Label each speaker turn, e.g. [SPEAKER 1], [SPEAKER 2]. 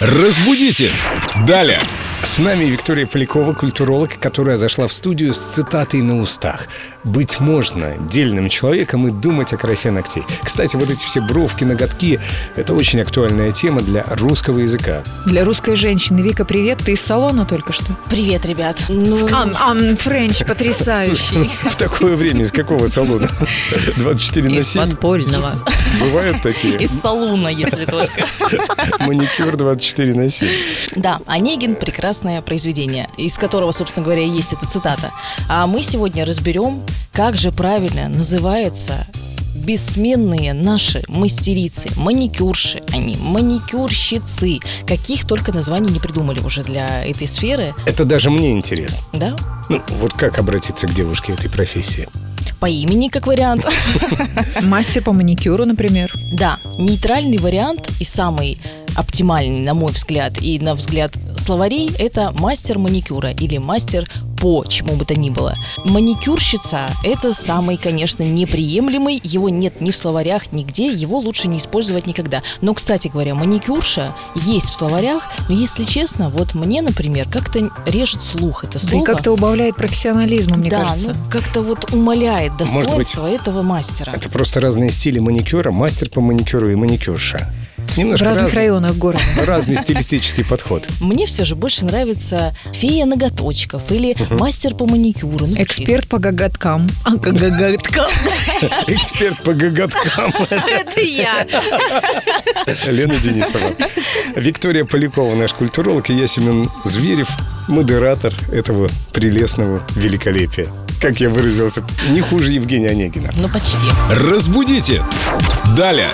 [SPEAKER 1] Разбудите! Далее! С нами Виктория Полякова, культуролог, которая зашла в студию с цитатой на устах. «Быть можно дельным человеком и думать о красе ногтей». Кстати, вот эти все бровки, ноготки – это очень актуальная тема для русского языка.
[SPEAKER 2] Для русской женщины. Вика, привет, ты из салона только что.
[SPEAKER 3] Привет, ребят. Ну,
[SPEAKER 2] Ам, ам, френч, потрясающий.
[SPEAKER 1] В такое время из какого салона? 24 на 7?
[SPEAKER 4] подпольного.
[SPEAKER 1] Бывают такие?
[SPEAKER 3] из салуна, если только.
[SPEAKER 1] Маникюр 24 на 7.
[SPEAKER 3] Да, Онегин – прекрасное произведение, из которого, собственно говоря, и есть эта цитата. А мы сегодня разберем, как же правильно называется бессменные наши мастерицы, маникюрши они, маникюрщицы. Каких только названий не придумали уже для этой сферы,
[SPEAKER 1] Это даже мне интересно.
[SPEAKER 3] да?
[SPEAKER 1] Ну, вот как обратиться к девушке этой профессии?
[SPEAKER 3] По имени, как вариант.
[SPEAKER 2] Мастер по маникюру, например.
[SPEAKER 3] Да, нейтральный вариант и самый оптимальный, на мой взгляд, и на взгляд словарей, это мастер маникюра или мастер по чему бы то ни было. Маникюрщица – это самый, конечно, неприемлемый, его нет ни в словарях, нигде, его лучше не использовать никогда. Но, кстати говоря, маникюрша есть в словарях, но, если честно, вот мне, например, как-то режет слух это
[SPEAKER 2] Да и
[SPEAKER 3] слово.
[SPEAKER 2] как-то убавляет профессионализма, мне
[SPEAKER 3] да,
[SPEAKER 2] кажется.
[SPEAKER 3] ну как-то вот умаляет
[SPEAKER 1] Может быть,
[SPEAKER 3] достоинство этого мастера.
[SPEAKER 1] Это просто разные стили маникюра, мастер по маникюру и маникюрша.
[SPEAKER 2] В
[SPEAKER 1] Немножко
[SPEAKER 2] разных
[SPEAKER 1] разный-
[SPEAKER 2] районах города.
[SPEAKER 1] Разный стилистический подход.
[SPEAKER 3] Мне все же больше нравится фея ноготочков или мастер по маникюру. Ну,
[SPEAKER 2] Эксперт по гоготкам. А, г- гоготкам?
[SPEAKER 1] Эксперт по гоготкам.
[SPEAKER 2] Это я.
[SPEAKER 1] Лена Денисова. Виктория Полякова, наш культуролог, и я, Семен Зверев, модератор этого прелестного великолепия. Как я выразился, не хуже Евгения Онегина.
[SPEAKER 3] Ну, почти.
[SPEAKER 1] Разбудите! Далее!